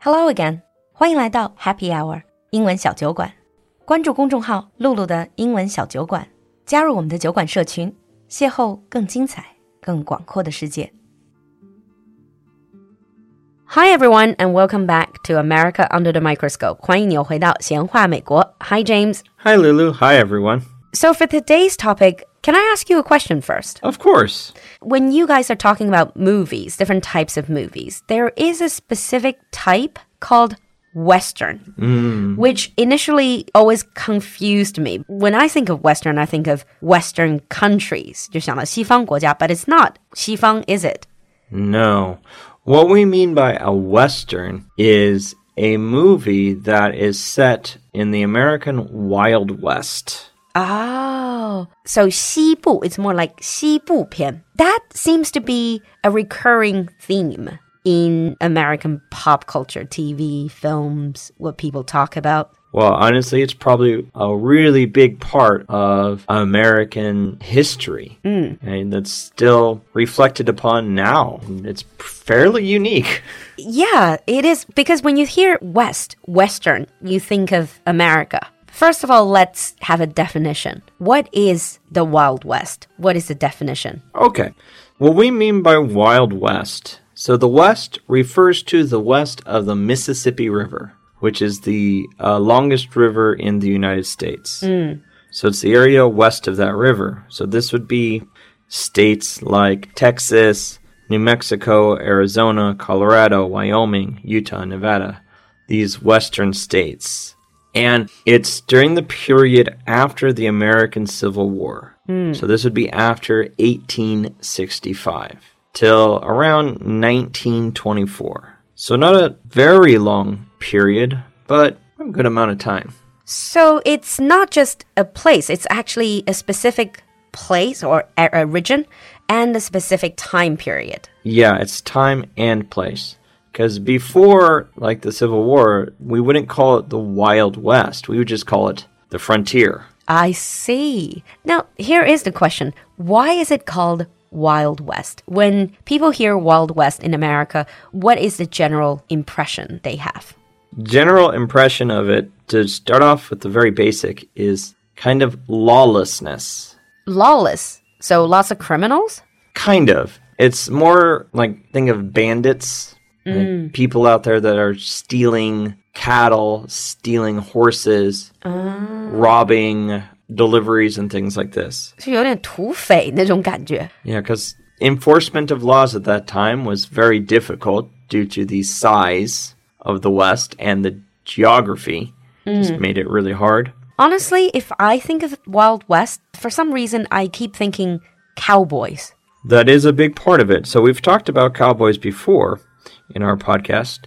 Hello again，欢迎来到 Happy Hour 英文小酒馆。关注公众号“露露的英文小酒馆”，加入我们的酒馆社群，邂逅更精彩、更广阔的世界。Hi everyone and welcome back to America Under the Microscope。欢迎你又回到闲话美国。Hi James。 Hi, Lulu. Hi, everyone. So for today's topic, can I ask you a question first? Of course. when you guys are talking about movies, different types of movies, there is a specific type called Western, which initially always confused me. When I think of Western, I think of Western countries, 就想到西方国家, but it's not. 西方 is it? No. What we mean by a Western is a movie that is set in the American Wild West. Oh, so 西部, it's more like 西部片. That seems to be a recurring theme in American pop culture, TV, films, what people talk about. Well, honestly, it's probably a really big part of American history. And that's still reflected upon now. It's fairly unique. Yeah, it is because when you hear West, Western, you think of America. First of all, let's have a definition. What is the Wild West? What is the definition? Okay. What we mean by Wild West. So the West refers to the west of the Mississippi River, which is the uh, longest river in the United States. So it's the area west of that river. So this would be states like Texas, New Mexico, Arizona, Colorado, Wyoming, Utah, Nevada. These western states. And it's during the period after the American Civil War. So this would be after 1865 till around 1924. So not a very long period, but a good amount of time. So it's not just a place, it's actually a specific place or a a region and a specific time period. Yeah, it's time and place. Because before, like the Civil War, we wouldn't call it the Wild West. We would just call it the frontier. I see. Now, here is the question Why is it called Wild West? When people hear Wild West in America, what is the general impression they have? general impression of it, to start off with the very basic, is kind of lawlessness. Lawless. So lots of criminals? Kind of. It's more like think of bandits, like people out there that are stealing cattle, stealing horses, robbing deliveries, and things like this. 是有点土匪那种感觉。 Yeah, because enforcement of laws at that time was very difficult due to the size of the West and the geography. Just made it really hard. Honestly, if I think of Wild West, for some reason I keep thinking cowboys. That is a big part of it. So we've talked about cowboys before in our podcast,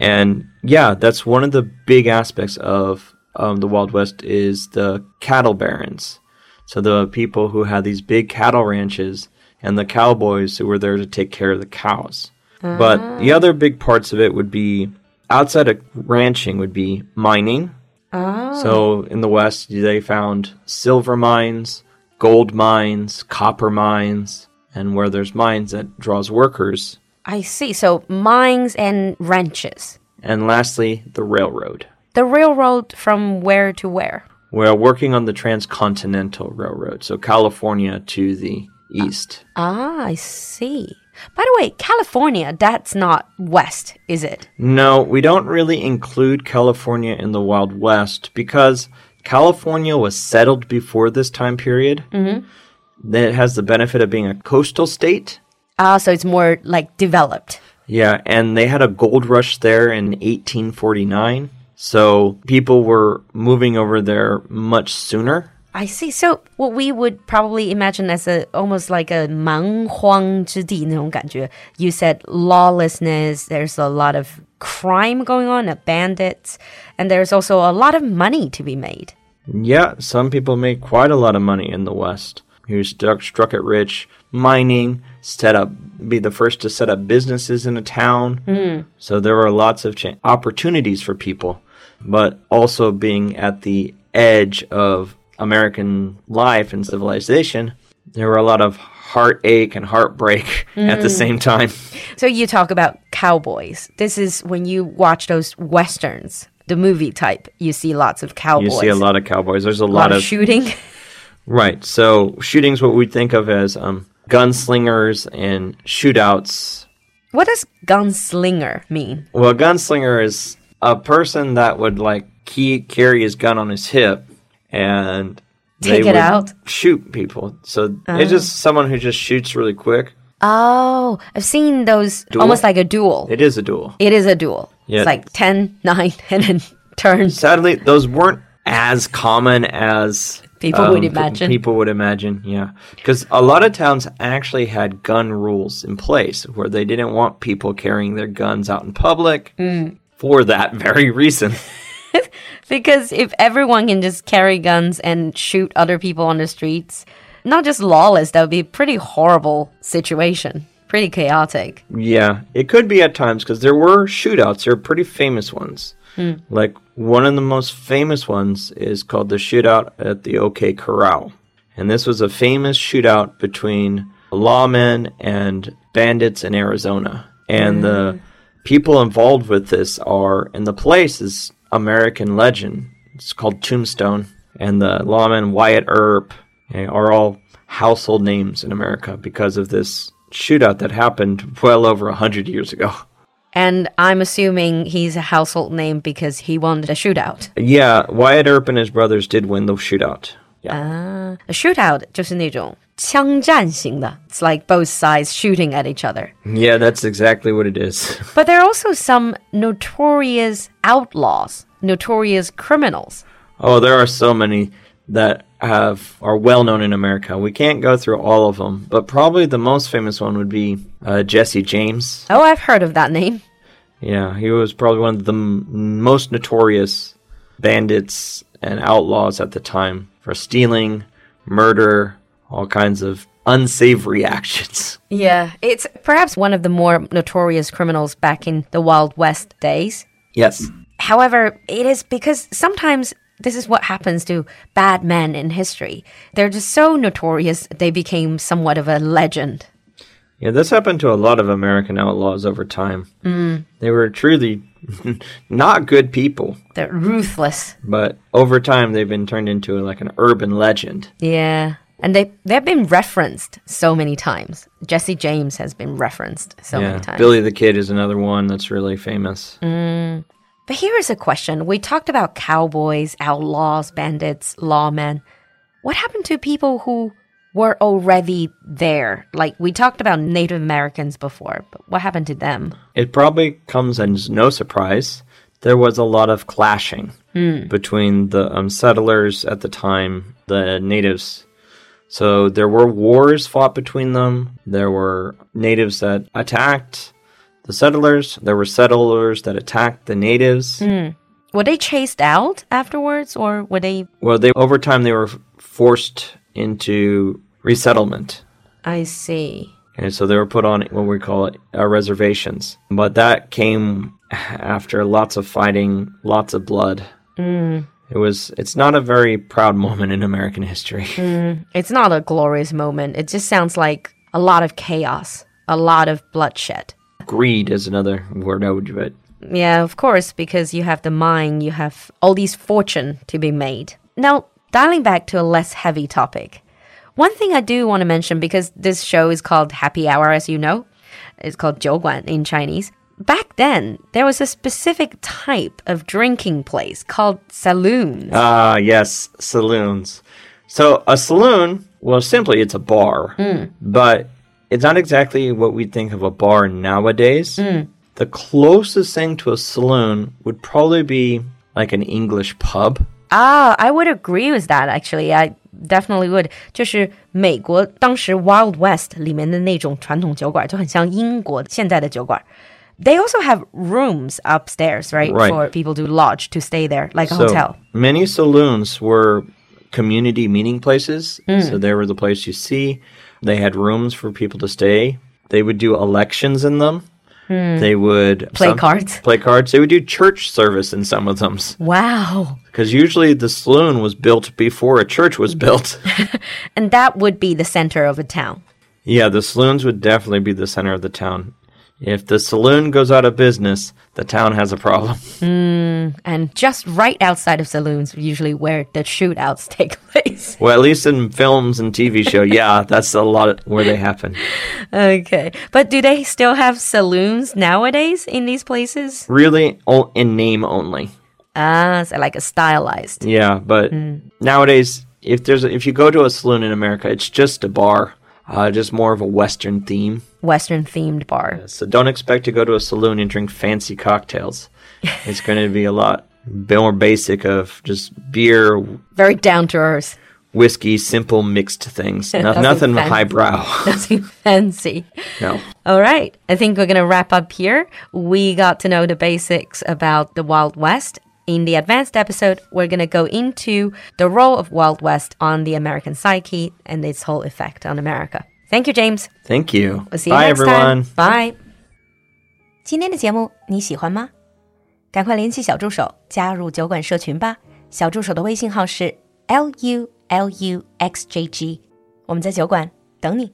and yeah, that's one of the big aspects of um, the Wild West is the cattle barons. So the people who had these big cattle ranches and the cowboys who were there to take care of the cows. But the other big parts of it would be outside of ranching would be mining. So in the West, they found silver mines, gold mines, copper mines, and where there's mines that draws workers. I see. So mines and ranches. And lastly, the railroad. The railroad from where to where? We're working on the Transcontinental Railroad, so California to the east. Ah, I see. By the way, California, that's not West, is it? No, we don't really include California in the Wild West because California was settled before this time period. Mm-hmm. It has the benefit of being a coastal state. Ah, so it's more like developed. Yeah, and they had a gold rush there in 1849. So people were moving over there much sooner. I see. So what we would probably imagine as a almost like a 蛮荒之地那种感觉. You said lawlessness. There's a lot of crime going on, uh, bandits, and there's also a lot of money to be made. Yeah, some people made quite a lot of money in the West who struck, struck it rich, mining, set up, be the first to set up businesses in a town. So there were lots of cha- opportunities for people, but also being at the edge of American life and civilization, there were a lot of heartache and heartbreak at the same time. So you talk about cowboys. This is when you watch those westerns, the movie type. You see lots of You cowboys. see a lot of cowboys. There's a A lot lot of shooting. Right. So shooting's what we think of as um, gunslingers and shootouts. What does gunslinger mean? Well, a gunslinger is a person that would like key, carry his gun on his hip and they Take it would out? shoot people. So it's just someone who just shoots really quick. Oh, I've seen those almost like a duel. It is a duel. it is a duel. Yeah. It's like 10, 9, and then turn. Sadly, those weren't as common as People would pe- imagine. people would imagine, yeah, because a lot of towns actually had gun rules in place where they didn't want people carrying their guns out in public Mm. for that very reason. Because if everyone can just carry guns and shoot other people on the streets, not just lawless, that would be a pretty horrible situation. Pretty chaotic. yeah, it could be at times because there were shootouts. There were pretty famous ones. Like one of the most famous ones is called the shootout at the OK Corral, and this was a famous shootout between lawmen and bandits in Arizona. And the people involved with this are, and the place is American legend. It's called Tombstone, and the lawman Wyatt Earp eh, are all household names in America because of this shootout that happened well over a hundred years ago. And I'm assuming he's a household name because he won the shootout. Yeah, Wyatt Earp and his brothers did win the shootout. Yeah. A shootout 就是那种枪战型的. It's like both sides shooting at each other. Yeah, that's exactly what it is. But there are also some notorious outlaws, notorious criminals. Oh, there are so many that have are well known in America. We can't go through all of them, but probably the most famous one would be uh, Jesse James. Oh, I've heard of that name. Yeah, he was probably one of the m- most notorious bandits and outlaws at the time for stealing, murder, all kinds of unsavory actions. Yeah, it's perhaps one of the more notorious criminals back in the Wild West days. Yes. However, it is because sometimes this is what happens to bad men in history. They're just so notorious, they became somewhat of a legend. Yeah, this happened to a lot of American outlaws over time. Mm. They were truly not good people, They're ruthless. but over time they've been turned into like an urban legend. Yeah. And they, they've been referenced so many times. Jesse James has been referenced so many Yeah, times. Billy the Kid is another one that's really famous. But here is a question. We talked about cowboys, outlaws, bandits, lawmen. What happened to people who were already there? Like we talked about Native Americans before, but what happened to them? It probably comes as no surprise. There was a lot of clashing between the um, settlers at the time, the natives. So there were wars fought between them. There were natives that attacked the settlers. There were settlers that attacked the natives. Were they chased out afterwards or were they Well, they over time they were forced into resettlement. I see. And so they were put on what we call it, uh, reservations. But that came after lots of fighting, lots of blood. It was. It's not a very proud moment in American history. It's not a glorious moment. It just sounds like a lot of chaos, a lot of bloodshed. Greed is another word I would give it. Yeah, of course, because you have the mine, you have all these fortune to be made. Now, dialing back to a less heavy topic. One thing I do want to mention because this show is called Happy Hour, as you know, it's called Guan in Chinese. Back then, there was a specific type of drinking place called saloon. Ah, yes, saloons. So a saloon, well, simply it's a bar, but it's not exactly what we think of a bar nowadays. The closest thing to a saloon would probably be like an English pub. Ah, I would agree with that. Actually, I definitely would. 就是美国当时 Wild West 里面的那种传统酒馆，就很像英国现在的酒馆。They also have rooms upstairs, right, Right. for people to lodge to stay there, like a So, hotel. Many saloons were community meeting places. Hmm. So they were the place you see. They had rooms for people to stay. They would do elections in them. They would Hmm. Play cards. Play cards. They would do church service in some of them Wow, because usually the saloon was built before a church was built. and that would be the center of a town. Yeah, the saloons would definitely be the center of the town. If the saloon goes out of business, the town has a problem. And just right outside of saloons, usually where the shootouts take place. Well, at least in films and TV show, yeah, that's a lot where they happen. okay. But do they still have saloons nowadays in these places? Really, all in name only. Ah, so like a stylized. Yeah, but Hmm. nowadays, if there's a, if you go to a saloon in America, it's just a bar, uh, just more of a Western theme. Western themed bar. So don't expect to go to a saloon and drink fancy cocktails. It's going to be a lot more basic of just beer, Very down to earth. whiskey, simple mixed things. No, Nothing nothing fancy. highbrow. Nothing fancy. no. All right. I think we're going to wrap up here. We got to know the basics about the Wild West. In the advanced episode, we're going to go into the role of Wild West on the American psyche and its whole effect on America. Thank you, James. Thank you. We'll see you Bye, next everyone. time. Bye. 今天的节目你喜欢吗？赶快联系小助手加入酒馆社群吧。小助手的微信号是 l u l u x j g，我们在酒馆等你。